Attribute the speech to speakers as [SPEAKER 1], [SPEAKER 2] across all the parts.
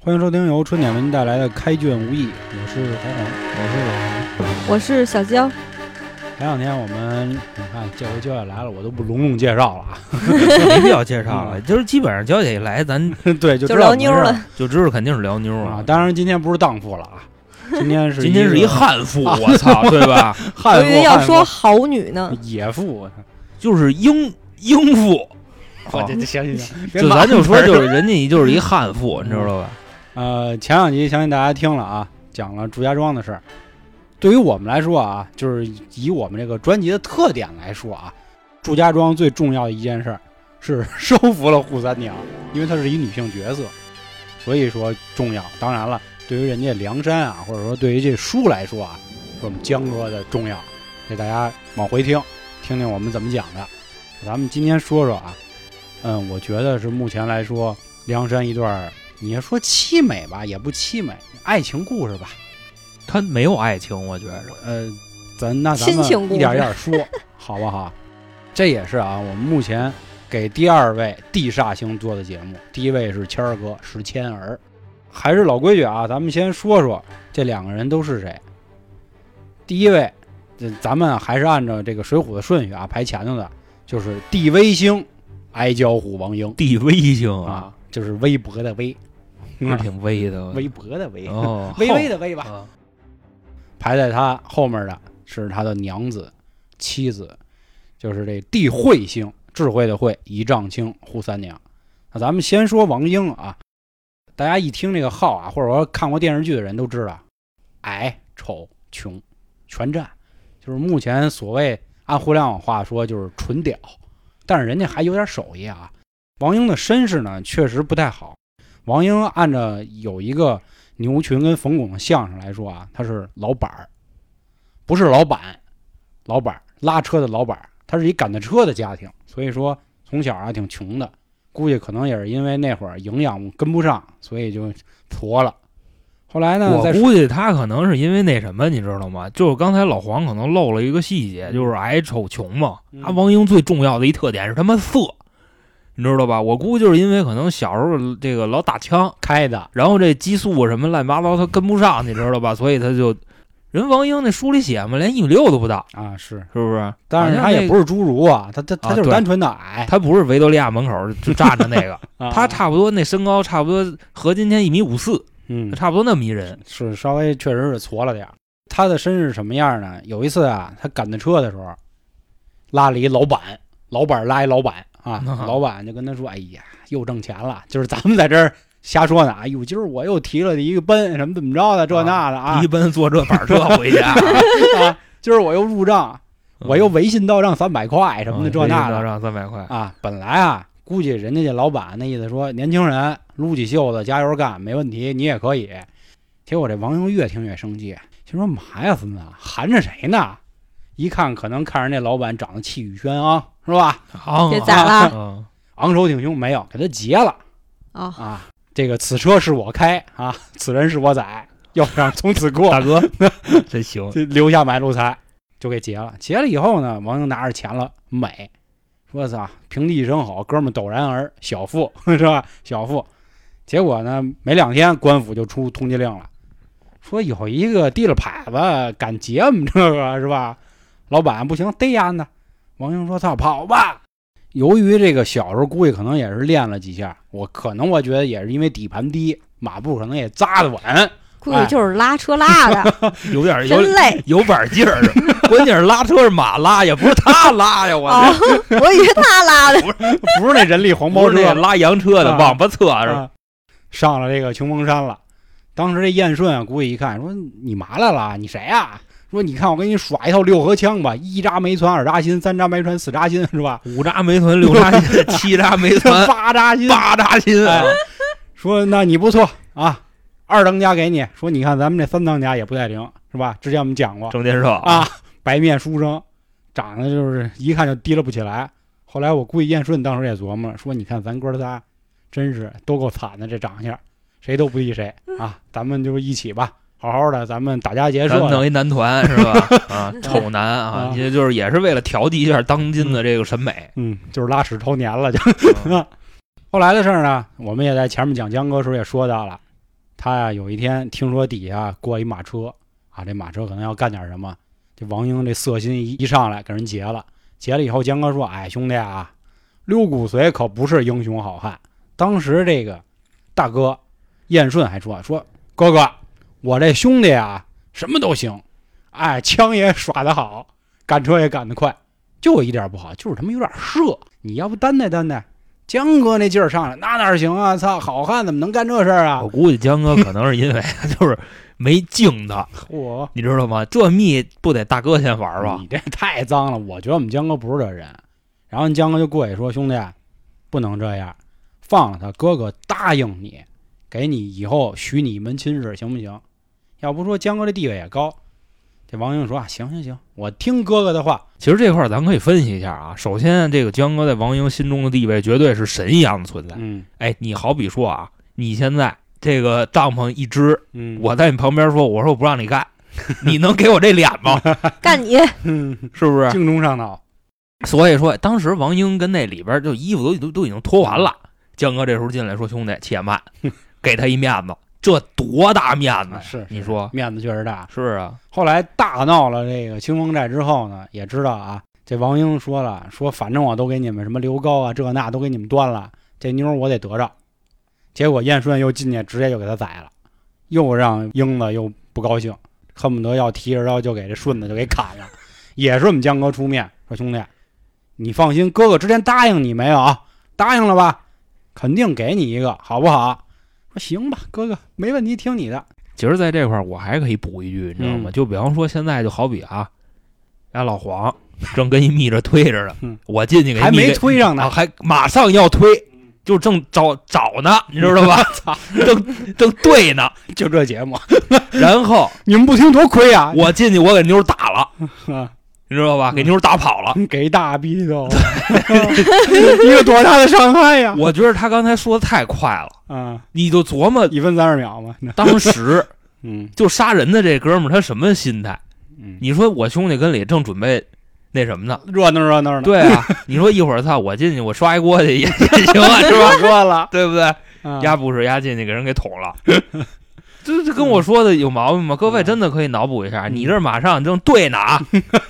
[SPEAKER 1] 欢迎收听由春点为您带来的《开卷无益》，我是黄黄，
[SPEAKER 2] 我
[SPEAKER 3] 我是小娇，
[SPEAKER 1] 前两天我们你看，这回焦姐来了，我都不隆重介绍了啊，
[SPEAKER 2] 是没必要介绍 了，就是基本上娇姐一来，咱
[SPEAKER 1] 对，就
[SPEAKER 3] 就
[SPEAKER 1] 知道
[SPEAKER 3] 聊
[SPEAKER 1] 怎么
[SPEAKER 3] 妞
[SPEAKER 1] 回事
[SPEAKER 3] 了。
[SPEAKER 2] 就知道肯定是聊妞
[SPEAKER 1] 啊。
[SPEAKER 2] 啊。
[SPEAKER 1] 当然，今天不是荡妇了啊，今天是啊
[SPEAKER 2] 今天是一
[SPEAKER 1] 一
[SPEAKER 2] 悍妇，我操，对吧？
[SPEAKER 3] 我
[SPEAKER 1] 汉
[SPEAKER 3] 以为
[SPEAKER 1] 妇，
[SPEAKER 3] 要
[SPEAKER 1] 汉
[SPEAKER 3] 说
[SPEAKER 1] 妇
[SPEAKER 3] 好女呢，
[SPEAKER 1] 野妇，
[SPEAKER 2] 就是英英妇，
[SPEAKER 1] 我
[SPEAKER 2] 啊
[SPEAKER 1] 这这行行行，别
[SPEAKER 2] 就
[SPEAKER 1] 骂
[SPEAKER 2] 咱就说，就是人家就是一悍妇，你知道吧？
[SPEAKER 1] 呃，前两集相信大家听了啊，讲了祝家庄的事儿。对于我们来说啊，就是以我们这个专辑的特点来说啊，祝家庄最重要的一件事儿是收服了扈三娘，因为她是一女性角色，所以说重要。当然了，对于人家梁山啊，或者说对于这书来说啊，是我们江哥的重要，给大家往回听，听听我们怎么讲的。咱们今天说说啊，嗯，我觉得是目前来说梁山一段啊儿你要说凄美吧，也不凄美，爱情故事吧，
[SPEAKER 2] 她没有爱情，我觉着。
[SPEAKER 1] 呃，咱那咱
[SPEAKER 3] 亲情
[SPEAKER 1] 们
[SPEAKER 3] 故事
[SPEAKER 1] 一点一点说，好不好？这也是啊，我们目前给第二位地煞星做的节目，第一位是谦儿哥石谦儿，还是老规矩啊，咱们先说说这两个人都是谁。第一位，这咱们还是按照这个《水浒》的顺序啊排前头的，就是地威星哀交虎王英
[SPEAKER 2] 地威星啊，
[SPEAKER 1] 啊，就是微博的 微，
[SPEAKER 2] 是挺威的。
[SPEAKER 1] 微博的微，
[SPEAKER 2] 哦，
[SPEAKER 1] 微微
[SPEAKER 2] 的
[SPEAKER 1] 的微吧。
[SPEAKER 2] 吧。
[SPEAKER 1] 排在他后面的是他的娘子、妻子，就是这地慧星，智慧的慧，一丈青，扈三娘。那咱们先说王英啊，大家一听这个号啊，或者说看过电视剧的人都知道，矮、丑、穷，全占，就是目前所谓按互联网话说就是纯屌，但是人家还有点手艺啊。王英的身世呢，确实不太好。王英按照有一个牛群跟冯巩的相声来说啊，他是老板儿，不是老板，老板儿拉车的老板儿，他是一赶的车的家庭，所以说从小啊挺穷的，估计可能也是因为那会儿营养跟不上，所以就矬了。后来呢，
[SPEAKER 2] 我
[SPEAKER 1] 在
[SPEAKER 2] 估计他可能是因为那什么，你知道吗？就是刚才老黄可能漏了一个细节，就是矮丑穷嘛。
[SPEAKER 1] 嗯
[SPEAKER 2] 啊，王英最重要的一特点是他妈色，你知道吧？我估计就是因为可能小时候这个老打枪，
[SPEAKER 1] 开的，
[SPEAKER 2] 然后这激素啊什么乱七八糟他跟不上，你知道吧？所以他就人王英那书里写嘛，连一米六都不到，
[SPEAKER 1] 啊，是，
[SPEAKER 2] 是不是？
[SPEAKER 1] 但是
[SPEAKER 2] 好
[SPEAKER 1] 他
[SPEAKER 2] 像
[SPEAKER 1] 也
[SPEAKER 2] 那
[SPEAKER 1] 不是侏儒啊，他他他
[SPEAKER 2] 啊
[SPEAKER 1] 就是
[SPEAKER 2] 对
[SPEAKER 1] 单纯的矮，
[SPEAKER 2] 他不是维多利亚门口就站着 那个，
[SPEAKER 1] 啊
[SPEAKER 2] 他差不多那身高差不多和今天一米五四，
[SPEAKER 1] 嗯
[SPEAKER 2] 差不多那么一人。
[SPEAKER 1] 是稍微确实是矬了点儿。他的身世什么样呢？有一次啊，他赶的车的时候，拉了一老板，老板拉一老板啊，
[SPEAKER 2] 啊
[SPEAKER 1] 老板就跟他说：“哎呀，又挣钱了。”就是咱们在这儿瞎说呢。哎呦，今儿我又提了一个奔，什么怎么着的，这那的啊
[SPEAKER 2] 一般坐这板车回家，
[SPEAKER 1] 啊，今儿我又入账， 我又微信到账三百块
[SPEAKER 2] 哦
[SPEAKER 1] 什么嗯哦的，这那的
[SPEAKER 2] 让三百块。
[SPEAKER 1] 啊。本来啊，估计人家这老板那意思说，年轻人撸起袖子加油干，没问题，你也可以。结果这王英越听越生气，心说嘛呀，孙子，含着谁呢？一看可能看人这老板长得气宇轩昂，是吧？
[SPEAKER 2] 好
[SPEAKER 3] 这 咋啦？
[SPEAKER 2] 嗯，
[SPEAKER 1] 昂首挺胸，没有给他劫了
[SPEAKER 3] 哦，
[SPEAKER 1] 啊！这个此车是我开啊，此人是我宰，要想从此过，
[SPEAKER 2] 大哥， 真行，
[SPEAKER 1] 这留下买路财，就给劫了。劫了以后呢，王英拿着钱了，美，说操，平地一声吼，哥们儿陡然而小富 是吧？小富。结果呢，没两天，官府就出通缉令了，说有一个提了牌子敢劫我们这个是吧？老板不行，逮呀呢。王英说：“操，跑吧！”由于这个小时候估计可能也是练了几下，我可能我觉得也是因为底盘低，马步可能也扎得稳，
[SPEAKER 3] 估
[SPEAKER 2] 哎
[SPEAKER 3] 计就是拉车 拉的，
[SPEAKER 2] 有点有
[SPEAKER 3] 真累。
[SPEAKER 2] 有板劲儿，啊关键是拉车是马拉，也不是他拉呀，我
[SPEAKER 3] 哦，我以为他拉的，
[SPEAKER 1] 不是那人力黄包
[SPEAKER 2] 不是
[SPEAKER 1] 车
[SPEAKER 2] 那拉洋车的
[SPEAKER 1] 哦啊
[SPEAKER 2] 王八车是吧？
[SPEAKER 1] 啊，上了这个琼峰山了。当时这燕顺啊，估计一看说：“你嘛来了？你谁呀、说：“你看我给你耍一套六合枪吧，一扎没穿，二扎心，三扎没穿，四扎心 是吧？
[SPEAKER 2] 五扎没团，六扎心，七扎没团，
[SPEAKER 1] 八扎心。
[SPEAKER 2] 八扎心
[SPEAKER 1] 哎
[SPEAKER 2] 啊！
[SPEAKER 1] 说那你不错啊，二当家给你。说你看咱们这三当家也不太灵是吧？之前我们讲过
[SPEAKER 2] 郑天寿
[SPEAKER 1] 啊，白面书生，长得就是一看就提了不起来。后来我估计燕顺当时也琢磨说：你看咱哥仨真是都够惨的，这长相，谁都不敌谁啊！咱们就一起吧，好好的，咱们打家劫
[SPEAKER 2] 咱
[SPEAKER 1] 舍
[SPEAKER 2] 们
[SPEAKER 1] 的。
[SPEAKER 2] 弄一男团是 吧？啊，丑男
[SPEAKER 1] 啊
[SPEAKER 2] 啊，也就是也是为了调剂一下当今的这个审美。
[SPEAKER 1] 嗯，就是 拉屎超嗯年了就。后来的事儿呢，我们也在前面讲江哥时候也说到了，他呀有一天听说底下过一马车啊，这马车可能要干点什么，这王英这色心一一上来给人劫了，劫了以后江哥说：“哎，兄弟啊，溜骨髓可不是英雄好汉。”当时这个大哥燕顺还说：“说哥哥，我这兄弟啊什么都行，哎，枪也耍得好，赶车也赶得快，就有一点不好，就是他妈有点射。你要不担待担待。”江哥那劲儿上来，那哪行啊！操，好汉怎么能干这事儿啊
[SPEAKER 2] 我？估计江哥可能是因为 就是没敬他，
[SPEAKER 1] 我
[SPEAKER 2] 你知道吗？这密不得大哥先玩吧
[SPEAKER 1] 你？这太脏了，我觉得我们江哥不是这人。然后江哥就过去说：“兄弟，不能这样，放了他，哥哥答应你，给你以后许你一门亲事，行不行？”要不说江哥这地位也高，这王英说：“啊，行行行，我听哥哥的话。
[SPEAKER 2] 其实这块儿咱可以分析一下啊。首先，这个江哥在王英心中的地位绝对是神一样的存在。
[SPEAKER 1] 嗯”
[SPEAKER 2] 哎，你好比说啊，你现在这个帐篷一支，
[SPEAKER 1] 嗯
[SPEAKER 2] 我在你旁边说，我说我不让你干，你能给我这脸吗？
[SPEAKER 3] 干你！
[SPEAKER 1] 嗯
[SPEAKER 2] 是不是？
[SPEAKER 1] 镜中上脑，
[SPEAKER 2] 所以说，当时王英跟那里边就衣服都都都已经脱完了，江哥这时候进来说：“兄弟，且慢，给他一面子，这多大面子
[SPEAKER 1] 啊
[SPEAKER 2] 呀？
[SPEAKER 1] 是
[SPEAKER 2] 你说
[SPEAKER 1] 面子确实大。
[SPEAKER 2] 是啊？
[SPEAKER 1] 后来大闹了这个清风寨之后呢，也知道啊，这王英说了，说反正我都给你们什么刘高啊这那都给你们端了，这妞儿我得得着。结果燕顺又进去，直接就给他宰了，又让英子又不高兴，恨不得要提着刀就给这顺子就给砍了。也是我们江哥出面说，兄弟，你放心，哥哥之前答应你没有啊？答应了吧？肯定给你一个，好不好？说行吧，哥哥没问题，听你的。
[SPEAKER 2] 其实，在这块儿我还可以补一句，你知道吗？
[SPEAKER 1] 嗯
[SPEAKER 2] 就比方说，现在就好比啊，家老黄正跟一密着推着
[SPEAKER 1] 嗯
[SPEAKER 2] 呢，我进去给
[SPEAKER 1] 还
[SPEAKER 2] 密
[SPEAKER 1] 没
[SPEAKER 2] 给
[SPEAKER 1] 推上呢
[SPEAKER 2] 啊，还马上要推，就正找找呢，你知道吧？操，正正对 呢，
[SPEAKER 1] 就这节目，
[SPEAKER 2] 然后
[SPEAKER 1] 你们不听多亏啊！
[SPEAKER 2] 我进去，我给妞儿打了，
[SPEAKER 1] 啊，
[SPEAKER 2] 你知道吧？给妞儿打跑了。
[SPEAKER 1] 你给大逼斗，一个多大的伤害呀！
[SPEAKER 2] 我觉得他刚才说的太快了，
[SPEAKER 1] 啊，
[SPEAKER 2] 你就琢磨
[SPEAKER 1] 一分三十秒嘛，那
[SPEAKER 2] 当时
[SPEAKER 1] 嗯
[SPEAKER 2] 就杀人的这哥们儿他什么心态？
[SPEAKER 1] 嗯，
[SPEAKER 2] 你说我兄弟跟里正准备那什么呢？
[SPEAKER 1] 热闹热闹呢，
[SPEAKER 2] 对啊， 你说一会儿操我进去我刷一锅去也也行啊，是 吧？
[SPEAKER 1] 我说了，
[SPEAKER 2] 对不对？
[SPEAKER 1] 啊
[SPEAKER 2] 丫不是丫进去给人给捅了。 这这跟我说的有毛病吗？各位真的可以脑补一下，
[SPEAKER 1] 嗯
[SPEAKER 2] 你这马上正对 呢啊，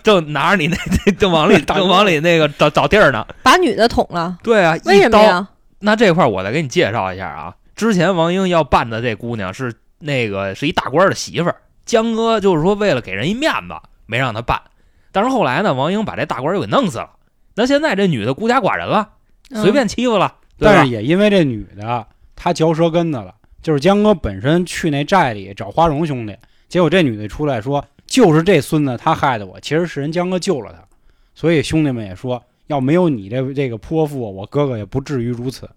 [SPEAKER 2] 正拿着你那 正往里
[SPEAKER 1] 大哥
[SPEAKER 2] 正往里那个找找地儿呢。
[SPEAKER 3] 把女的捅了，
[SPEAKER 2] 对啊，
[SPEAKER 3] 为什
[SPEAKER 2] 一刀
[SPEAKER 3] 么呀？
[SPEAKER 2] 那这块儿我再给你介绍一下啊，之前王英要办的这姑娘是那个是一大官儿的媳妇儿，江哥就是说为了给人一面子，没让她办。但是后来呢，王英把这大官儿又给弄死了。那现在这女的孤家寡人了，
[SPEAKER 3] 嗯
[SPEAKER 2] 随便欺负了，对吧
[SPEAKER 1] 但是也因为这女的她嚼舌根子了，就是江哥本身去那寨里找花荣兄弟，结果这女的出来说，就是这孙子他害的我，其实是人江哥救了他，所以兄弟们也说，要没有你这这个泼妇，我哥哥也不至于如此。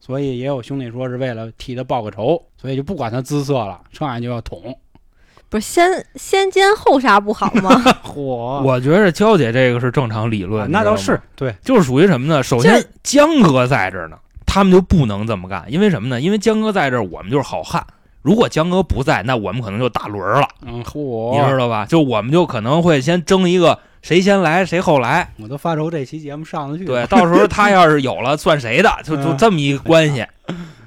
[SPEAKER 1] 所以也有兄弟说是为了替他报个仇，所以就不管他姿色了，上来就要 捅。
[SPEAKER 3] 嗯不是先先奸后杀不好吗？
[SPEAKER 1] 火
[SPEAKER 2] 我觉着娇姐这个是正常理论，
[SPEAKER 1] 哦啊那倒
[SPEAKER 2] 你知道
[SPEAKER 1] 是
[SPEAKER 2] 吗，
[SPEAKER 1] 对，
[SPEAKER 2] 就是属于什么呢？首
[SPEAKER 3] 就
[SPEAKER 2] 先
[SPEAKER 3] 是
[SPEAKER 2] 江哥在这儿呢，他们就不能这么干，因为什么呢？因为江哥在这儿，我们就是好汉。如果江哥不在，那我们可能就打轮儿了。
[SPEAKER 1] 嗯，
[SPEAKER 2] 你知
[SPEAKER 1] 嚯，
[SPEAKER 2] 道吧？就我们就可能会先争一个谁先来谁后来，
[SPEAKER 1] 我都发愁这期节目上得去
[SPEAKER 2] 对，，到时候他要是有了算谁的，就就
[SPEAKER 1] 嗯
[SPEAKER 2] 这么一个关系，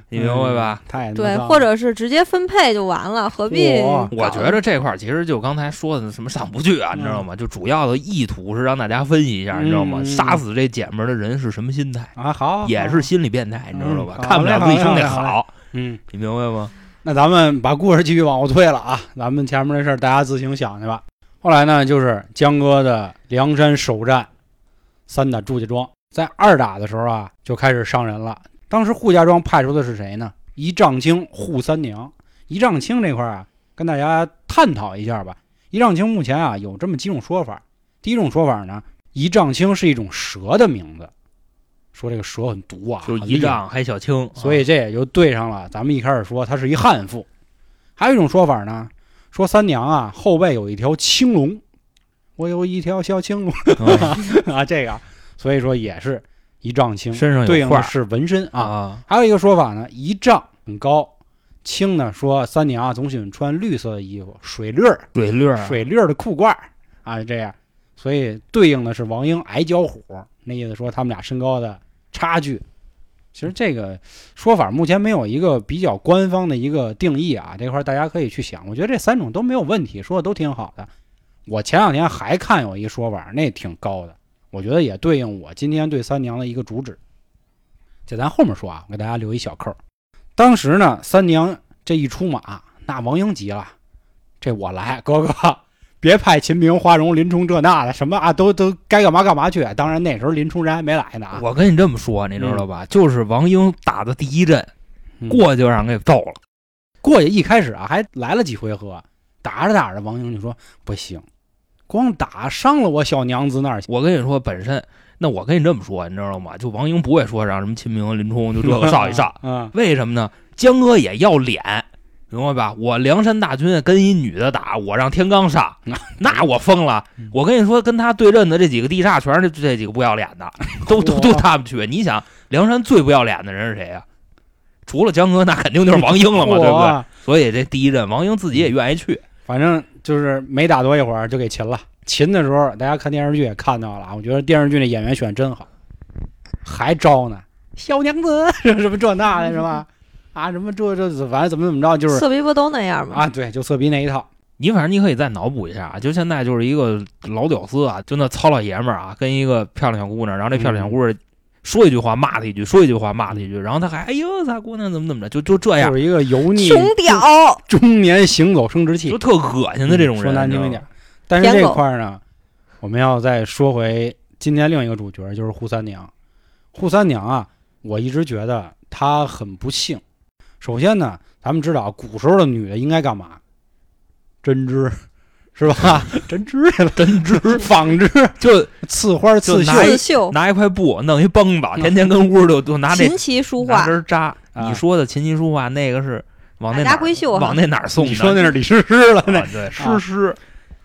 [SPEAKER 2] 你明白吧？
[SPEAKER 1] 嗯？太
[SPEAKER 3] 对，
[SPEAKER 1] 能
[SPEAKER 3] 或者是直接分配就完了，何必
[SPEAKER 1] 我
[SPEAKER 3] 搞？
[SPEAKER 2] 我觉着这块儿其实就刚才说的什么上不去啊，
[SPEAKER 1] 嗯
[SPEAKER 2] 你知道吗？就主要的意图是让大家分析一下，你知道吗？
[SPEAKER 1] 嗯
[SPEAKER 2] 杀死这姐们儿的人是什么心态，
[SPEAKER 1] 啊，好，
[SPEAKER 2] 也
[SPEAKER 1] 好
[SPEAKER 2] 是，心理变态，你知道吧？
[SPEAKER 1] 嗯
[SPEAKER 2] 看不了自己兄
[SPEAKER 1] 好
[SPEAKER 2] 弟
[SPEAKER 1] 嘞好嘞好
[SPEAKER 2] 好，
[SPEAKER 1] 嗯，
[SPEAKER 2] 你明白吗？
[SPEAKER 1] 那咱们把故事继续往后退了啊，咱们前面这事儿大家自行想去吧。后来呢，就是江哥的梁山首战，三打祝家庄，在二打的时候啊，就开始上人了。当时扈家庄派出的是谁呢？一丈青、扈三娘。一丈青这块儿啊，跟大家探讨一下吧。一丈青目前啊有这么几种说法。第一种说法呢，一丈青是一种蛇的名字，说这个蛇很毒啊，
[SPEAKER 2] 就
[SPEAKER 1] 很
[SPEAKER 2] 一
[SPEAKER 1] 厉害
[SPEAKER 2] 丈还小青，
[SPEAKER 1] 所以这也就对上了。咱们一开始说他是一悍妇，还有一种说法呢，说三娘啊后背有一条青龙，我有一条小青龙
[SPEAKER 2] 嗯
[SPEAKER 1] 啊，这个啊，所以说也是一丈青，
[SPEAKER 2] 身上有
[SPEAKER 1] 对应
[SPEAKER 2] 块
[SPEAKER 1] 的
[SPEAKER 2] 儿
[SPEAKER 1] 是纹身啊。
[SPEAKER 2] 啊，
[SPEAKER 1] 还有一个说法呢，一丈很高，青呢说三娘啊总喜欢穿绿色的衣服，水绿儿
[SPEAKER 2] 水绿儿啊
[SPEAKER 1] 水绿儿的裤褂儿啊，这样，所以对应的是王英矮脚虎，那意思说他们俩身高的差距。其实这个说法目前没有一个比较官方的一个定义啊，这块儿大家可以去想。我觉得这三种都没有问题，说的都挺好的。我前两天还看有一个说法，那挺高的，我觉得也对应我今天对三娘的一个主旨。这咱后面说啊，我给大家留一小扣儿。当时呢，三娘这一出马，那王英急了，这我来，哥哥，别派秦明、花荣、林冲这那的，什么啊，都都该干嘛干嘛去。啊当然那时候林冲人还没来呢啊，
[SPEAKER 2] 我跟你这么说，你知道吧？就是王英打的第一阵，
[SPEAKER 1] 嗯
[SPEAKER 2] 过就让人给揍了。
[SPEAKER 1] 过去一开始啊，还来了几回合，打着打着，王英就说不行，光打伤了我小娘子那儿。
[SPEAKER 2] 我跟你说，本身那我跟你这么说，你知道吗？就王英不会说让什么秦明、林冲就这个 上一上，
[SPEAKER 1] 嗯，
[SPEAKER 2] 为什么呢？江哥也要脸，明白吧？我梁山大军跟一女的打，我让天罡上，那我疯了
[SPEAKER 1] 嗯！
[SPEAKER 2] 我跟你说，跟他对阵的这几个地煞，全是这这几个不要脸 的，都都都他们去。你想，梁山最不要脸的人是谁呀、除了江哥，那肯定就是王英了嘛，对不对？
[SPEAKER 1] 哇
[SPEAKER 2] 所以这第一任，王英自己也愿意去。
[SPEAKER 1] 反正就是没打多一会儿就给擒了。擒的时候，大家看电视剧也看到了啊，我觉得电视剧那演员选真好，还招呢， 小娘子什么这那的是吧？啊，什么这这反正怎么怎么着，就是
[SPEAKER 3] 色逼不都那样吗？
[SPEAKER 1] 啊，对，就色逼那一套。
[SPEAKER 2] 你反正你可以再脑补一下啊，就现在就是一个老屌丝啊，就那糙老爷们儿啊，跟一个漂亮小姑娘，然后这漂亮小姑
[SPEAKER 1] 嗯
[SPEAKER 2] 娘说一句话骂他一句，说一句话骂他一句，然后他还哎呦，咱姑娘怎么怎么着，就就这样
[SPEAKER 1] 就，是一个油腻
[SPEAKER 3] 穷哎屌，
[SPEAKER 1] 中年行走生殖器
[SPEAKER 2] 就，特恶心的这种人。
[SPEAKER 1] 嗯说难听一
[SPEAKER 2] 你知
[SPEAKER 1] 点
[SPEAKER 2] 道吗，，
[SPEAKER 1] 但是这
[SPEAKER 3] 舔狗
[SPEAKER 1] 块儿呢，我们要再说回今天另一个主角，就是扈三娘。扈三娘啊，我一直觉得她很不幸。首先呢，咱们知道古时候的女的应该干嘛？针织，是吧？ 针织去了，针织、 纺织、
[SPEAKER 2] 就
[SPEAKER 1] 刺花、刺
[SPEAKER 2] 就
[SPEAKER 1] 绣
[SPEAKER 2] 拿一
[SPEAKER 3] 刺绣、
[SPEAKER 2] 拿一块布弄一绷子，天天跟屋儿就就拿这
[SPEAKER 3] 琴棋书
[SPEAKER 2] 拿
[SPEAKER 3] 画、
[SPEAKER 2] 针扎。
[SPEAKER 1] 啊
[SPEAKER 2] 你说的琴棋书画那个是往那哪
[SPEAKER 3] 家
[SPEAKER 2] 儿
[SPEAKER 3] 闺秀啊
[SPEAKER 2] 往
[SPEAKER 3] 哈，
[SPEAKER 2] 那哪儿送的？
[SPEAKER 1] 你说那是李师师了，那
[SPEAKER 2] 啊对诗诗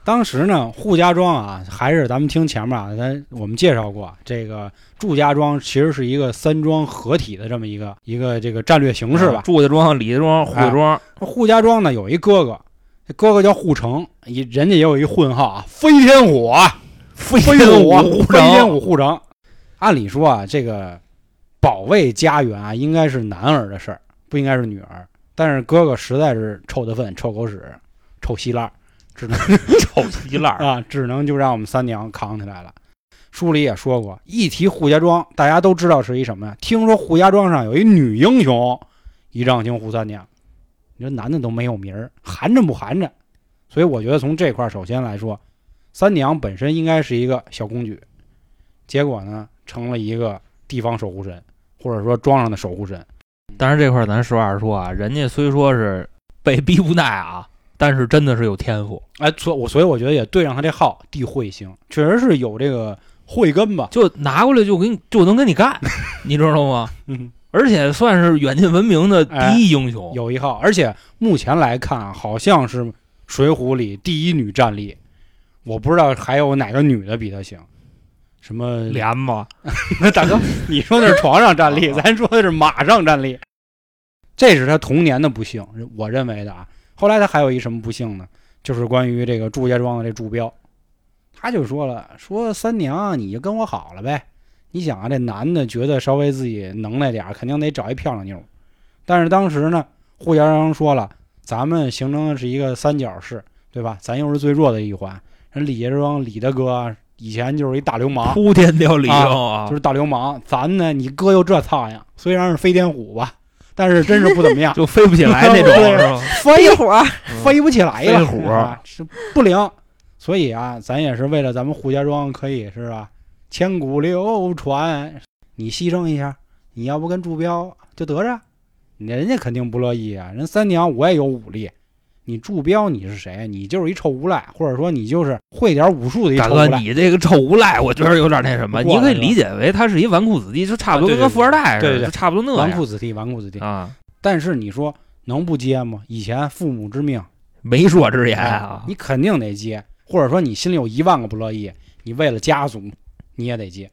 [SPEAKER 1] 当时呢，扈家庄啊，还是咱们听前面啊，咱我们介绍过，这个祝家庄其实是一个三庄合体的这么一个一个这个战略形式吧。啊
[SPEAKER 2] 祝家啊庄、李家庄、胡家庄，
[SPEAKER 1] 扈家庄呢有一哥哥，这哥哥叫扈成，也人家也有一混号啊，飞天虎啊，
[SPEAKER 2] 飞
[SPEAKER 1] 飞天虎啊，飞天
[SPEAKER 2] 虎
[SPEAKER 1] 虎护城。按理说啊，这个保卫家园啊，应该是男儿的事儿，不应该是女儿。但是哥哥实在是臭的粪、臭狗屎、臭稀烂儿，只能
[SPEAKER 2] 臭鸡烂儿。
[SPEAKER 1] 啊，只能就让我们三娘扛起来了。书里也说过，一提扈家庄，大家都知道是一什么呀？听说扈家庄上有一女英雄，一丈青扈三娘。你说男的都没有名儿，寒碜不寒碜？所以我觉得从这块儿首先来说，三娘本身应该是一个小公举，结果呢成了一个地方守护神，或者说庄上的守护神。
[SPEAKER 2] 但是这块儿咱实话实说啊，人家虽说是被逼无奈啊，但是真的是有天赋。
[SPEAKER 1] 哎，所我所以我觉得也对上他这号地慧星，确实是有这个慧根吧。
[SPEAKER 2] 就拿过来就给你就能跟 你干，你知道吗？
[SPEAKER 1] 嗯，
[SPEAKER 2] 而且算是远近闻名的
[SPEAKER 1] 哎
[SPEAKER 2] 第一英雄，
[SPEAKER 1] 有一号，而且目前来看啊好像是《水浒》里第一女战力，我不知道还有哪个女的比她行。什么？
[SPEAKER 2] 连嘛，
[SPEAKER 1] 大哥，你说的是床上战力，咱说的是马上战力。这是他童年的不幸，我认为的啊。后来他还有一什么不幸呢？就是关于这个祝家庄的这祝彪，他就说了，说三娘啊你就跟我好了呗。你想啊，这男的觉得稍微自己能耐点儿，肯定得找一漂亮妞儿。但是当时呢，扈家庄说了，咱们形成的是一个三角式，对吧？咱又是最弱的一环。人李家庄李大哥啊以前就是一大流氓，
[SPEAKER 2] 啊铺天吊李正啊
[SPEAKER 1] 啊就是大流氓。咱呢，你哥又这操样，虽然是飞天虎吧，但是真是不怎么样，
[SPEAKER 2] 就飞不起来那
[SPEAKER 1] 对
[SPEAKER 2] 种，嗯
[SPEAKER 1] 飞
[SPEAKER 3] 哎一伙儿
[SPEAKER 2] 是吧？
[SPEAKER 1] 飞不起来
[SPEAKER 2] 飞
[SPEAKER 1] 了，
[SPEAKER 2] 虎
[SPEAKER 1] 啊是不灵。所以啊，咱也是为了咱们扈家庄，可以是吧？千古流传，你牺牲一下，你要不跟祝彪就得着，人家肯定不乐意啊。人三娘我也有武力，你祝彪你是谁？你就是一臭无赖，或者说你就是会点武术的一
[SPEAKER 2] 大
[SPEAKER 1] 臭无
[SPEAKER 2] 哥，
[SPEAKER 1] 赖。
[SPEAKER 2] 你这个臭无赖，我觉得有点那什么，
[SPEAKER 1] 过
[SPEAKER 2] 你
[SPEAKER 1] 了
[SPEAKER 2] 可以理解为他是一纨绔子弟，就差不多
[SPEAKER 1] 啊对
[SPEAKER 2] 跟
[SPEAKER 1] 对
[SPEAKER 2] 个富二代似
[SPEAKER 1] 对对
[SPEAKER 2] 的，
[SPEAKER 1] 对
[SPEAKER 2] 就差不多那
[SPEAKER 1] 纨
[SPEAKER 2] 样
[SPEAKER 1] 绔子弟，纨绔子弟。
[SPEAKER 2] 啊，
[SPEAKER 1] 但是你说能不接吗？以前父母之命。
[SPEAKER 2] 媒妁之言
[SPEAKER 1] 哎
[SPEAKER 2] 啊，
[SPEAKER 1] 你肯定得接，或者说你心里有一万个不乐意，你为了家族你也得接，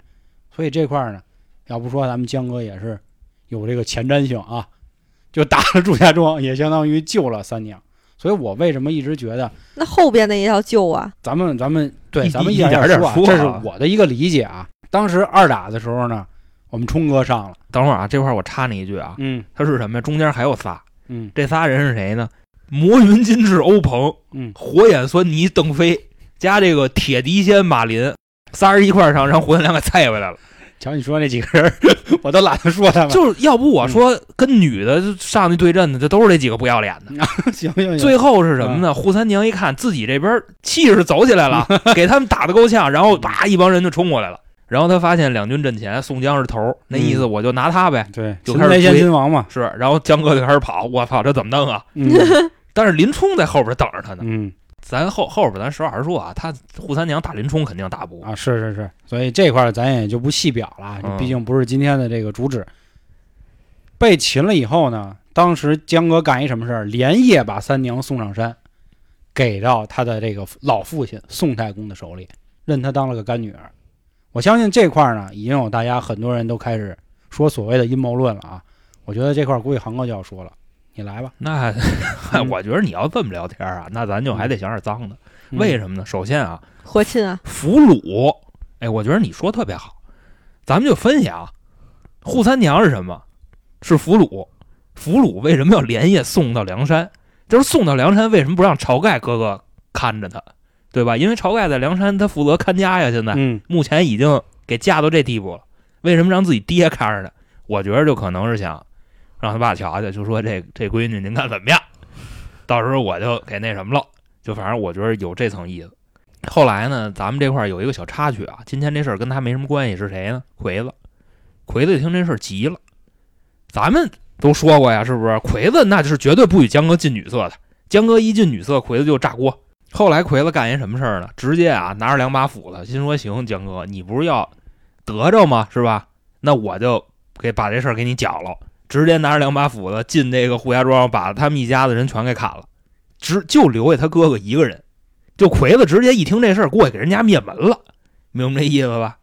[SPEAKER 1] 所以这块儿呢，要不说咱们江哥也是有这个前瞻性啊， 就打了祝家庄，也相当于救了三娘。所以我为什么一直觉得
[SPEAKER 3] 那后边那一条旧啊，
[SPEAKER 1] 咱们咱们
[SPEAKER 2] 一
[SPEAKER 1] 对咱们
[SPEAKER 2] 一
[SPEAKER 1] 点
[SPEAKER 2] 点儿点儿
[SPEAKER 1] 说啊，
[SPEAKER 2] 说啊
[SPEAKER 1] 这是我的一个理解啊。当时二打的时候呢，我们冲哥上了，
[SPEAKER 2] 等会儿啊，这块儿我插你一句啊，
[SPEAKER 1] 嗯
[SPEAKER 2] 他是什么呀？中间还有仨，
[SPEAKER 1] 嗯
[SPEAKER 2] 这仨人是谁呢？魔云金翅欧鹏、
[SPEAKER 1] 嗯，
[SPEAKER 2] 火眼狻猊邓飞加这个铁笛仙马林，仨人一块儿上，让胡彦良给菜回来了。
[SPEAKER 1] 瞧你说那几个人， 我都懒得说他们。
[SPEAKER 2] 就是要不我说跟女的就上去对阵的，这都是这几个不要脸的。
[SPEAKER 1] 行行行，
[SPEAKER 2] 最后是什么呢？扈三娘一看自己这边气势走起来了，给他们打得够呛，然后叭一帮人就冲过来了。然后他发现两军阵前宋江是头儿，那意思我就拿他呗，
[SPEAKER 1] 对，
[SPEAKER 2] 就
[SPEAKER 1] 擒
[SPEAKER 2] 开始
[SPEAKER 1] 贼先
[SPEAKER 2] 追
[SPEAKER 1] 擒王嘛。
[SPEAKER 2] 是。然后江哥就开始跑，我操，这怎么弄啊？
[SPEAKER 1] 嗯
[SPEAKER 2] 但是林冲在后边等着他呢。
[SPEAKER 1] 嗯
[SPEAKER 2] 咱后后边咱实话实说啊，他扈三娘打林冲肯定打不过。
[SPEAKER 1] 啊，是是是，所以这块儿咱也就不细表了，这
[SPEAKER 2] 嗯
[SPEAKER 1] 毕竟不是今天的这个主旨。被擒了以后呢，当时江哥干一什么事儿？连夜把三娘送上山，给到他的这个老父亲宋太公的手里，认他当了个干女儿。我相信这块儿呢，已经有大家很多人都开始说所谓的阴谋论了啊。我觉得这块儿估计航哥就要说了，你来吧。
[SPEAKER 2] 那
[SPEAKER 1] 嗯
[SPEAKER 2] 我觉得你要这么聊天啊，那咱就还得想点脏的。为
[SPEAKER 1] 么？
[SPEAKER 2] 什么呢？首先啊，
[SPEAKER 3] 活亲啊，
[SPEAKER 2] 俘虏，哎，我觉得你说特别好，咱们就分析啊。扈三娘是什么？是俘虏。俘虏为什么要连夜送到梁山？就是送到梁山，为什么不让晁盖哥哥看着他，对吧？因为晁盖在梁山，他负责看家呀。现在
[SPEAKER 1] 嗯
[SPEAKER 2] 目前已经给架到这地步了，为什么让自己爹看着呢？我觉得就可能是想让他爸瞧瞧，就说这这闺女您看怎么样？到时候我就给那什么了，就反正我觉得有这层意思。后来呢，咱们这块儿有一个小插曲啊，今天这事儿跟他没什么关系，是谁呢？奎子，奎子一听这事儿急了，咱们都说过呀，是不是？奎子那就是绝对不许江哥进女色的，江哥一进女色，奎子就炸锅。后来奎子干一什么事儿呢？直接啊拿着两把斧子，心说行，江哥，你不是要得着吗？是吧？那我就给把这事儿给你搅了。直接拿着两把斧子进这个胡家庄，把他们一家子人全给砍了，只就留下他哥哥一个人。就奎子直接一听这事儿，过去给人家灭门了，明白这意思吧？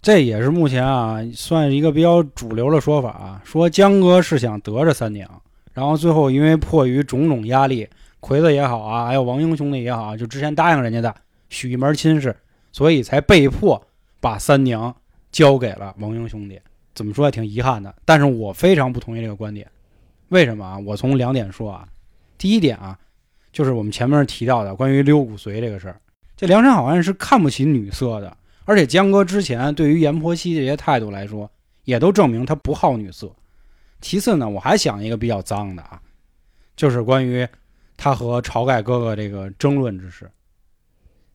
[SPEAKER 1] 这也是目前啊，算是一个比较主流的说法啊，说江哥是想得着三娘，然后最后因为迫于种种压力，奎子也好啊，还有王英兄弟也好啊，就之前答应人家的许一门亲事，所以才被迫把三娘交给了王英兄弟。怎么说也挺遗憾的，但是我非常不同意这个观点。为什么啊？我从两点说啊。第一点啊，就是我们前面提到的关于溜骨髓这个事儿，这梁山好汉是看不起女色的，而且江哥之前对于阎婆惜这些态度来说，也都证明他不好女色。其次呢，我还想一个比较脏的啊，就是关于他和晁盖哥哥这个争论之事。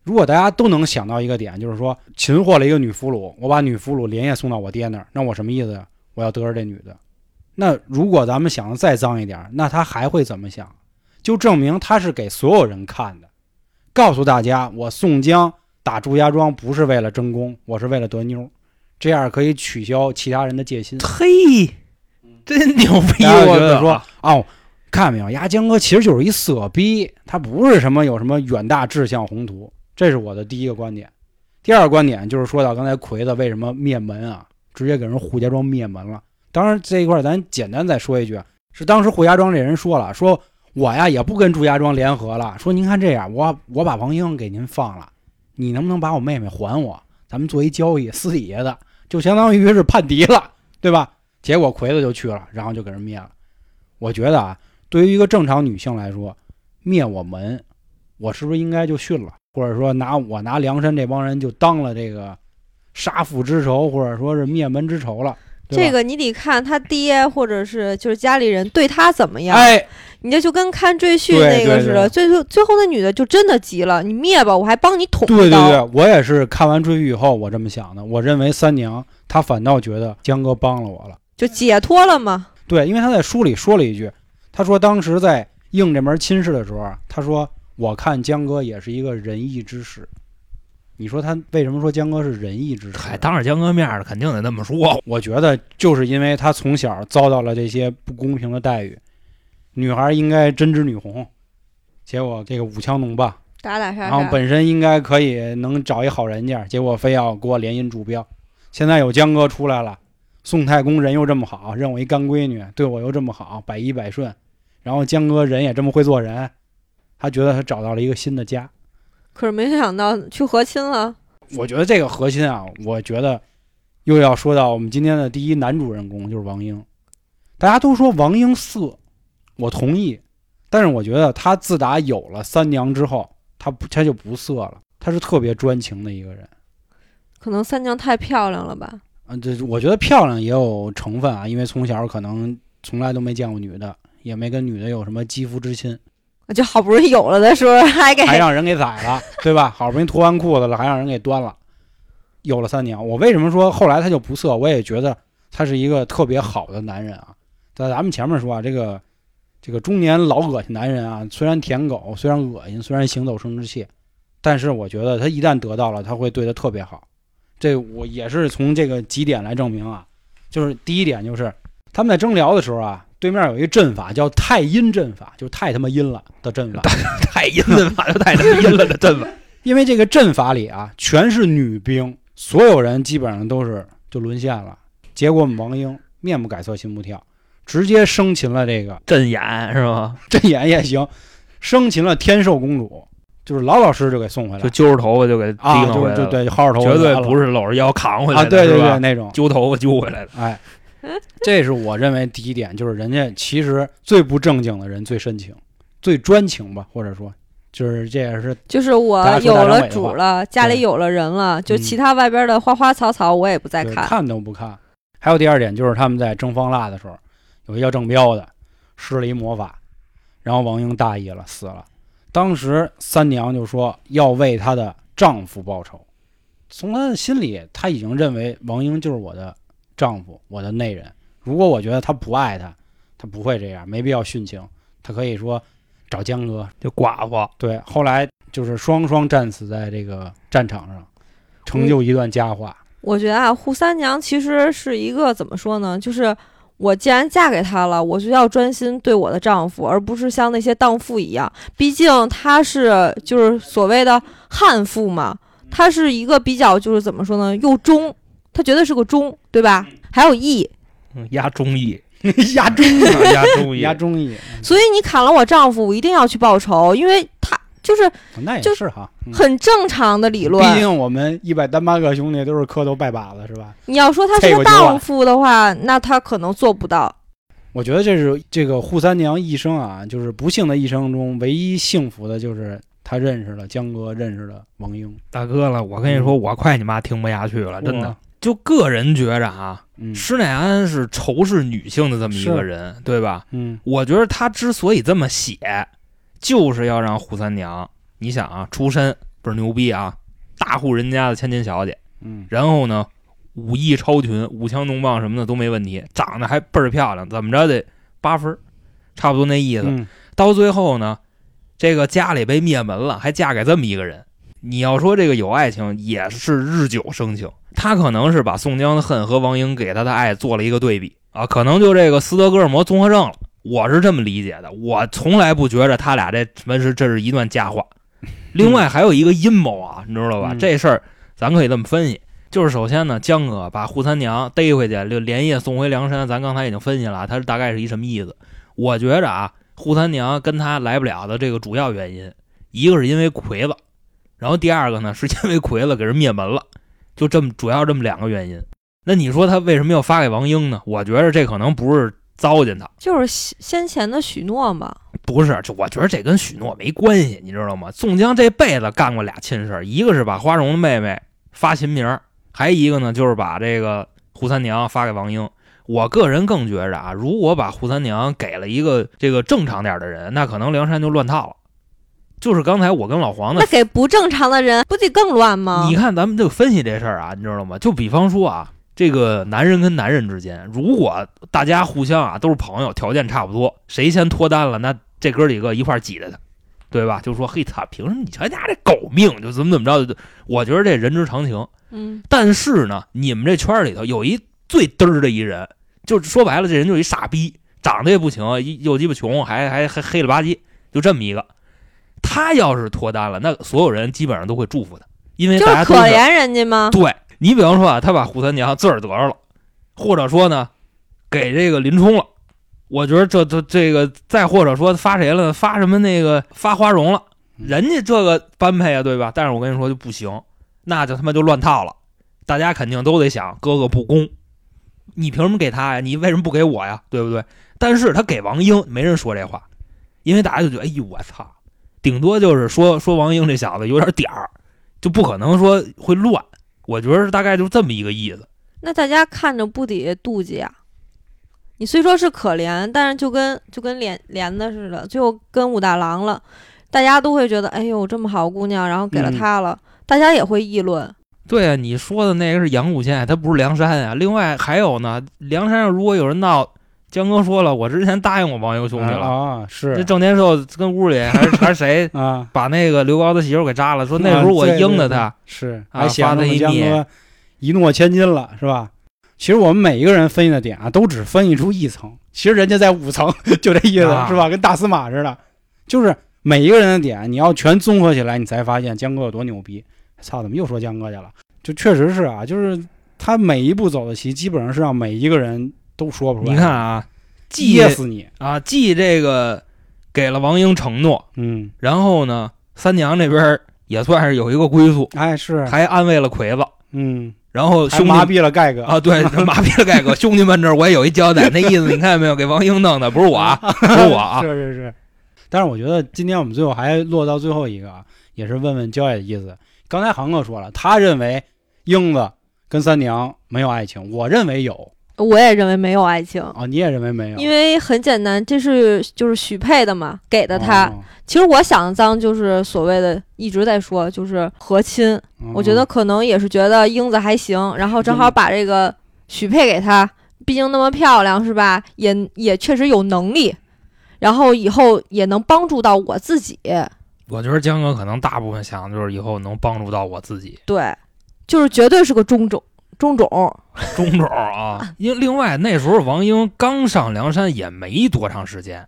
[SPEAKER 1] 如果大家都能想到一个点，就是说擒获了一个女俘虏，我把女俘虏连夜送到我爹那儿，那我什么意思呀？我要得着这女的。那如果咱们想的再脏一点，那他还会怎么想？就证明他是给所有人看的，告诉大家我宋江打祝家庄不是为了争功，我是为了得妞儿，这样可以取消其他人的戒心。
[SPEAKER 2] 嘿，真牛逼！
[SPEAKER 1] 大家觉
[SPEAKER 2] 我
[SPEAKER 1] 得
[SPEAKER 2] 操
[SPEAKER 1] 说哦，看没有，牙江哥其实就是一色逼，他不是什么有什么远大志向宏图，这是我的第一个观点。第二个观点就是说到刚才奎子为什么灭门啊，直接给人扈家庄灭门了。当然这一块儿咱简单再说一句啊，是当时扈家庄这人说了，说我呀也不跟祝家庄联合了，说您看这样，我我把王英给您放了，你能不能把我妹妹还我？咱们做一交易，私底下的，就相当于是叛敌了， 对吧？结果奎子就去了，然后就给人灭了。我觉得啊，对于一个正常女性来说，灭我门，我是不是应该就训了，或者说拿我拿梁山这帮人就当了这个杀父之仇，或者说是灭门之仇了？对吧
[SPEAKER 3] 这个你得看他爹或者是就是家里人对他怎么样。
[SPEAKER 1] 哎，
[SPEAKER 3] 你这就跟看赘婿
[SPEAKER 1] 对
[SPEAKER 3] 那个
[SPEAKER 1] 对
[SPEAKER 3] 似
[SPEAKER 1] 对
[SPEAKER 3] 的，最后最后那女的就真的急了，你灭吧，我还帮你捅
[SPEAKER 1] 对对
[SPEAKER 3] 一刀。
[SPEAKER 1] 对，我也是看完《追剧》以后，我这么想的。我认为三娘她反倒觉得江哥帮了我了。
[SPEAKER 3] 就解脱了嘛。
[SPEAKER 1] 对，因为她在书里说了一句，她说当时在应这门亲事的时候啊，她说我看江哥也是一个仁义之士。你说她为什么说江哥是仁义之士？
[SPEAKER 2] 嗨，当着江哥面儿肯定得那么说。
[SPEAKER 1] 我觉得就是因为她从小遭到了这些不公平的待遇，女孩应该针织女红，结果这个舞枪弄棒，
[SPEAKER 3] 打打杀
[SPEAKER 1] 然后
[SPEAKER 3] 杀，
[SPEAKER 1] 本身应该可以能找一好人家，结果非要给我联姻助标。现在有江哥出来了，宋太公人又这么好，认我一干闺女，对我又这么好，百依百顺。然后江哥人也这么会做人，他觉得他找到了一个新的家。
[SPEAKER 3] 可是没想到去和亲了。
[SPEAKER 1] 我觉得这个核心啊，我觉得又要说到我们今天的第一男主人公就是王英。大家都说王英色，我同意，但是我觉得他自打有了三娘之后，他不他就不色了，他是特别专情的一个人。
[SPEAKER 3] 可能三娘太漂亮了吧？
[SPEAKER 1] 嗯，这我觉得漂亮也有成分啊，因为从小可能从来都没见过女的，也没跟女的有什么肌肤之亲，
[SPEAKER 3] 就好不容易有了的时候，还给
[SPEAKER 1] 还让人给宰了，对吧？好不容易脱完裤子了，还让人给端了。有了三娘，我为什么说后来他就不色？我也觉得他是一个特别好的男人啊。在咱们前面说啊，这个这个中年老恶心男人啊，虽然舔狗，虽然恶心，虽然行走生殖器，但是我觉得他一旦得到了，他会对他特别好。这我也是从这个几点来证明啊，就是第一点就是他们在征聊的时候啊，对面有一阵法叫太阴阵法，就是太他妈阴了的阵法。
[SPEAKER 2] 太阴了吧，就太他妈阴了，这阵 子。
[SPEAKER 1] 因为这个阵法里啊，全是女兵，所有人基本上都是就沦陷了。结果我们王英面不改色心不跳，直接生擒了这个
[SPEAKER 2] 阵眼是吗？
[SPEAKER 1] 阵眼也行，生擒了天寿公主，就是老老实实就给送回来
[SPEAKER 2] 就揪着头发就给
[SPEAKER 1] 啊，
[SPEAKER 2] 盯
[SPEAKER 1] 就
[SPEAKER 2] 回来
[SPEAKER 1] 是就
[SPEAKER 2] 了，
[SPEAKER 1] 对，薅着头
[SPEAKER 2] 绝对
[SPEAKER 1] 是
[SPEAKER 2] 不是搂着腰扛回来
[SPEAKER 1] 啊，
[SPEAKER 2] 的，
[SPEAKER 1] 对对
[SPEAKER 2] 是
[SPEAKER 1] 对，
[SPEAKER 2] 吧？
[SPEAKER 1] 那种
[SPEAKER 2] 揪头发揪回来的，
[SPEAKER 1] 哎，这是我认为第一点，就是人家其实最不正经的人最深情，最专情吧，或者说就是这也是
[SPEAKER 3] 就是我
[SPEAKER 1] 大家说
[SPEAKER 3] 有
[SPEAKER 1] 大张伟
[SPEAKER 3] 了
[SPEAKER 1] 的
[SPEAKER 3] 主
[SPEAKER 1] 话
[SPEAKER 3] 了，家
[SPEAKER 1] 对
[SPEAKER 3] 里有了人了，就
[SPEAKER 1] 嗯
[SPEAKER 3] 其他外边的花花草草我也不再
[SPEAKER 1] 对，
[SPEAKER 3] 看。
[SPEAKER 1] 都不看。还有第二点就是他们在蒸方腊的时候，有一叫郑彪的施了一魔法，然后王英大意了，死了。当时三娘就说要为她的丈夫报仇，从她的心里，她已经认为王英就是我的丈夫，我的内人。如果我觉得他不爱她，她不会这样，没必要殉情。她可以说找江哥。
[SPEAKER 2] 就寡妇。
[SPEAKER 1] 对，后来就是双双战死在这个战场上，成就一段佳话。
[SPEAKER 3] 我觉得啊，扈三娘其实是一个怎么说呢？就是我既然嫁给他了，我就要专心对我的丈夫，而不是像那些荡妇一样。毕竟他是就是所谓的悍妇嘛，他是一个比较就是怎么说呢，又忠，他绝对是个忠，对吧？还有义，
[SPEAKER 2] 嗯压中医，
[SPEAKER 1] 压中意
[SPEAKER 2] 啊 压中 医，
[SPEAKER 1] 压中意，
[SPEAKER 3] 所以你砍了我丈夫，我一定要去报仇，因为他就是
[SPEAKER 1] 嗯那也
[SPEAKER 3] 就是
[SPEAKER 1] 哈，嗯
[SPEAKER 3] 很正常的理论。
[SPEAKER 1] 毕竟我们一百单八个兄弟都是磕头拜把子，是吧？
[SPEAKER 3] 你要说他是
[SPEAKER 1] 这
[SPEAKER 3] 个
[SPEAKER 1] 个就完
[SPEAKER 3] 荡妇的话，那他可能做不到。
[SPEAKER 1] 我觉得这是这个扈三娘一生啊，就是不幸的一生中唯一幸福的，就是她认识了江哥，认识了王英。
[SPEAKER 2] 大哥了，我跟你说，我快你妈听不下去了，真的
[SPEAKER 1] 嗯哇。，
[SPEAKER 2] 就个人觉着啊，
[SPEAKER 1] 嗯
[SPEAKER 2] 施耐庵是仇视女性的这么一个人，对吧？
[SPEAKER 1] 嗯，
[SPEAKER 2] 我觉得他之所以这么写，就是要让扈三娘，你想啊，出身倍儿牛逼啊，大户人家的千金小姐，
[SPEAKER 1] 嗯，
[SPEAKER 2] 然后呢，武艺超群，舞枪弄棒什么的都没问题，长得还倍儿漂亮，怎么着得八分儿，差不多那意思。
[SPEAKER 1] 嗯，
[SPEAKER 2] 到最后呢，这个家里被灭门了，还嫁给这么一个人。你要说这个有爱情，也是日久生情。他可能是把宋江的恨和王英给他的爱做了一个对比啊，可能就这个斯德哥尔摩综合症了。我是这么理解的，我从来不觉着他俩这什么是这是一段佳话。另外还有一个阴谋啊，你知道吧？
[SPEAKER 1] 嗯
[SPEAKER 2] 这事儿咱可以这么分析，就是首先呢，江哥把扈三娘逮回去，就连夜送回梁山。咱刚才已经分析了，他大概是一什么意思？我觉着啊，扈三娘跟他来不了的这个主要原因，一个是因为魁子， 然后第二个呢是因为魁子给人灭门了，就这么主要这么两个原因。那你说他为什么要发给王英呢？我觉着这可能不是糟践他，
[SPEAKER 3] 就是先先前的许诺嘛，
[SPEAKER 2] 不是，就我觉得这跟许诺没关系，你知道吗？宋江这辈子干过俩亲事儿，一个是把花荣的妹妹发秦明儿，还一个呢就是把这个扈三娘发给王英。我个人更觉着啊，如果把扈三娘给了一个这个正常点儿的人，那可能梁山就乱套了。就是刚才我跟老黄的
[SPEAKER 3] 那给不正常的人不得更乱吗
[SPEAKER 2] 你？看咱们这个分析这事儿啊，你知道吗？就比方说啊，这个男人跟男人之间，如果大家互相啊都是朋友，条件差不多，谁先脱单了，那这哥几个一块儿挤着他，对吧？就说嘿操，凭什么你瞧你家这狗命就怎么怎么着？就我觉得这人之常情。
[SPEAKER 3] 嗯，
[SPEAKER 2] 但是呢，你们这圈儿里头有一最嘚儿的一人，就是说白了，这人就是一傻逼，长得也不行，一又鸡巴穷，还还还黑了吧唧，就这么一个。他要是脱单了，那所有人基本上都会祝福他，因为
[SPEAKER 3] 就
[SPEAKER 2] 大家
[SPEAKER 3] 是
[SPEAKER 2] 都
[SPEAKER 3] 可
[SPEAKER 2] 是
[SPEAKER 3] 怜人家吗？
[SPEAKER 2] 对你比方说啊，他把扈三娘自个儿得着了，或者说呢，给这个林冲了，我觉得这这这个，再或者说发谁了，发什么那个发花荣了，人家这个般配啊，对吧？但是我跟你说就不行，那就他妈就乱套了。大家肯定都得想哥哥不公，你凭什么给他呀？你为什么不给我呀？对不对？但是他给王英，没人说这话，因为大家就觉得，哎呦我操，顶多就是说说王英这小子有点点儿，就不可能说会乱。我觉得大概就这么一个意思。
[SPEAKER 3] 那大家看着不得妒忌啊？你虽说是可怜，但是就跟就跟连连的似的，就跟武大郎了，大家都会觉得，哎呦，这么好姑娘，然后给了
[SPEAKER 1] 嗯
[SPEAKER 3] 她了，大家也会议论。
[SPEAKER 2] 对啊，你说的那个是阳谷县，它不是梁山啊。另外还有呢，梁山上如果有人闹，江哥说了，我之前答应我王英兄弟了，
[SPEAKER 1] 啊，
[SPEAKER 2] 这
[SPEAKER 1] 是
[SPEAKER 2] 郑天寿跟屋里还是 还是谁
[SPEAKER 1] 啊，
[SPEAKER 2] 把那个刘高的媳妇给扎了，说那
[SPEAKER 1] 啊
[SPEAKER 2] 时候我
[SPEAKER 1] 对
[SPEAKER 2] 应
[SPEAKER 1] 对
[SPEAKER 2] 了他，
[SPEAKER 1] 是，
[SPEAKER 2] 啊
[SPEAKER 1] 还想
[SPEAKER 2] 发
[SPEAKER 1] 着我
[SPEAKER 2] 了
[SPEAKER 1] 们
[SPEAKER 2] 一
[SPEAKER 1] 江
[SPEAKER 2] 孽
[SPEAKER 1] 哥一诺千金了，是吧？其实我们每一个人分析的点啊，都只分析出一层，其实人家在五层， 就这意思，
[SPEAKER 2] 啊
[SPEAKER 1] 是吧？跟大司马似的，就是每一个人的点，你要全综合起来，你才发现江哥有多牛逼。操，怎么又说江哥去了？就确实是啊，就是他每一步走的棋，基本上是让每一个人都说不出来。
[SPEAKER 2] 你看，啊，既
[SPEAKER 1] 噎死你，
[SPEAKER 2] 啊，既这个给了王英承诺，
[SPEAKER 1] 嗯，
[SPEAKER 2] 然后呢，三娘这边儿也算是有一个归宿，
[SPEAKER 1] 哎是，
[SPEAKER 2] 还安慰了魁子，
[SPEAKER 1] 嗯，
[SPEAKER 2] 然后
[SPEAKER 1] 还
[SPEAKER 2] 兄弟
[SPEAKER 1] 麻痹了盖哥
[SPEAKER 2] 啊，对，麻痹了盖哥，兄弟们这儿我也有一交代，那意思你看见没有？给王英弄的不是我啊， 不是我 啊，
[SPEAKER 1] 是是是。但是我觉得今天我们最后还落到最后一个啊，也是问问焦野的意思。刚才航哥说了，他认为英子跟三娘没有爱情，我认为有
[SPEAKER 3] 我也认为没有爱情，
[SPEAKER 1] 啊，你也认为没有，
[SPEAKER 3] 嗯因为很简单，这是就是许配的嘛，给的他。
[SPEAKER 1] 哦，
[SPEAKER 3] 其实我想当就是所谓的一直在说就是和亲，
[SPEAKER 1] 哦
[SPEAKER 3] 我觉得可能也是觉得英子还行，然后正好把这个许配给她，毕竟那么漂亮是吧？也也确实有能力，然后以后也能帮助到我自己。
[SPEAKER 2] 我觉得江哥可能大部分想的就是以后能帮助到我自己
[SPEAKER 3] 对，就是绝对是个中种中种。
[SPEAKER 2] 中种啊， 因为另外那时候王英刚上梁山也没多长时间，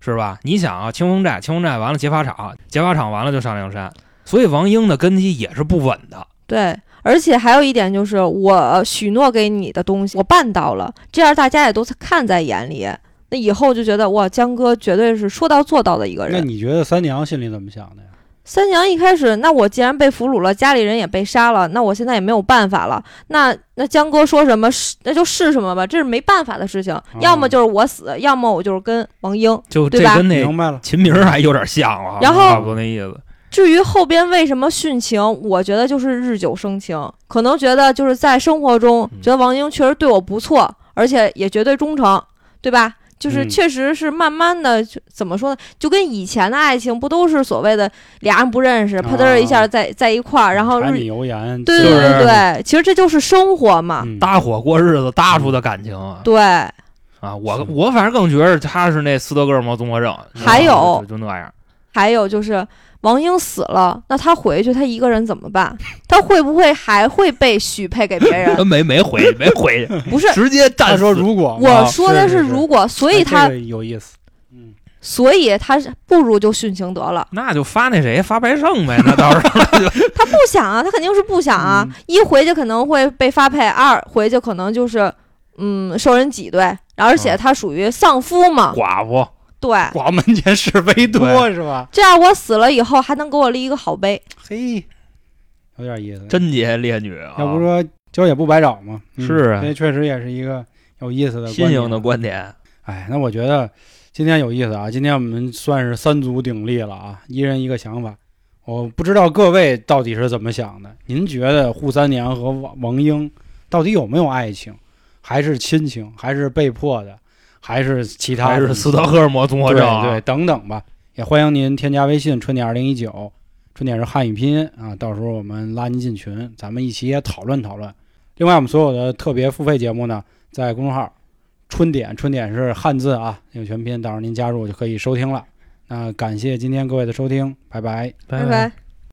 [SPEAKER 2] 是吧？你想啊，清风寨，清风寨完了劫法场，劫法场完了就上梁山，所以王英的根基也是不稳的。
[SPEAKER 3] 对，而且还有一点就是，我许诺给你的东西，我办到了，这样大家也都看在眼里。那以后就觉得哇，江哥绝对是说到做到的一个
[SPEAKER 1] 那
[SPEAKER 3] 人。
[SPEAKER 1] 你觉得三娘心里怎么想的呀？
[SPEAKER 3] 三娘一开始，那我既然被俘虏了，家里人也被杀了，那我现在也没有办法了。那那江哥说什么是那就是什么吧，这是没办法的事情。要么就是我死，要么我就是跟王英。
[SPEAKER 2] 就这
[SPEAKER 3] 对吧
[SPEAKER 2] 跟那
[SPEAKER 1] 明白了，
[SPEAKER 2] 秦明儿还有点像啊，
[SPEAKER 3] 然后
[SPEAKER 2] 差不多那意思。
[SPEAKER 3] 至于后边为什么殉情，我觉得就是日久生情，可能觉得就是在生活中
[SPEAKER 2] 嗯
[SPEAKER 3] 觉得王英确实对我不错，而且也绝对忠诚，对吧？就是
[SPEAKER 1] 嗯
[SPEAKER 3] 确实是慢慢的，就怎么说呢？就跟以前的爱情不都是所谓的俩人不认识，啪
[SPEAKER 1] 啊
[SPEAKER 3] 嗒一下在在一块儿，然后
[SPEAKER 1] 柴米
[SPEAKER 3] 日
[SPEAKER 1] 油盐，
[SPEAKER 3] 对
[SPEAKER 2] 就
[SPEAKER 3] 对
[SPEAKER 2] 是
[SPEAKER 3] 对对，其实这就是生活嘛。
[SPEAKER 1] 嗯
[SPEAKER 2] 搭伙过日子搭出的感情啊
[SPEAKER 3] 对，
[SPEAKER 2] 啊！我
[SPEAKER 1] 是
[SPEAKER 2] 我反正更觉得他是那斯德哥尔摩综合症，你知道吗
[SPEAKER 3] 还有
[SPEAKER 2] 就就那样。
[SPEAKER 3] 还有就是王英死了，那他回去他一个人怎么办？他会不会还会被许配给别 人？
[SPEAKER 2] 呃没没回没回，
[SPEAKER 3] 不是，
[SPEAKER 2] 直接
[SPEAKER 1] 他
[SPEAKER 2] 站
[SPEAKER 1] 说
[SPEAKER 2] 死
[SPEAKER 1] 如果
[SPEAKER 3] 我说的
[SPEAKER 1] 哦是是是
[SPEAKER 3] 如果，所
[SPEAKER 1] 哎
[SPEAKER 3] 以
[SPEAKER 1] 这
[SPEAKER 3] 他
[SPEAKER 1] 个有意思，嗯，
[SPEAKER 3] 所以他是不如就殉情得了。
[SPEAKER 2] 那就发那谁发白胜呗，那到时候
[SPEAKER 3] 他不想啊，他肯定是不想啊。
[SPEAKER 1] 嗯
[SPEAKER 3] 一回去可能会被发配，二回去可能就是嗯受人挤兑，然后而
[SPEAKER 1] 啊
[SPEAKER 3] 且他属于丧夫 嘛，
[SPEAKER 2] 寡妇
[SPEAKER 3] 对。
[SPEAKER 1] 寡门前是非多是吧？
[SPEAKER 3] 这样我死了以后还能给我立一个好碑。
[SPEAKER 1] 嘿，有点意思，
[SPEAKER 2] 贞洁烈女啊，
[SPEAKER 1] 要不说交也不白找嘛，嗯
[SPEAKER 2] 是啊
[SPEAKER 1] 这确实也是一个有意思的
[SPEAKER 2] 新颖的
[SPEAKER 1] 观
[SPEAKER 2] 观点，
[SPEAKER 1] 点。哎，那我觉得今天有意思啊，今天我们算是三足鼎立了啊，一人一个想法。我不知道各位到底是怎么想的，您觉得扈三娘和王王英到底有没有爱情，还是亲情，还是被迫的，还是其他
[SPEAKER 2] 还
[SPEAKER 1] 的
[SPEAKER 2] 是斯德哥尔摩综合
[SPEAKER 1] 对
[SPEAKER 2] 症啊
[SPEAKER 1] 对，等等吧。也欢迎您添加微信“春点二零一九”，春点是汉语拼音啊，到时候我们拉您进群，咱们一起也讨论讨论。另外，我们所有的特别付费节目呢，在公众号“春点”，春点是汉字啊，那个全拼，到时候您加入就可以收听了。那感谢今天各位的收听，拜拜。
[SPEAKER 3] 拜拜。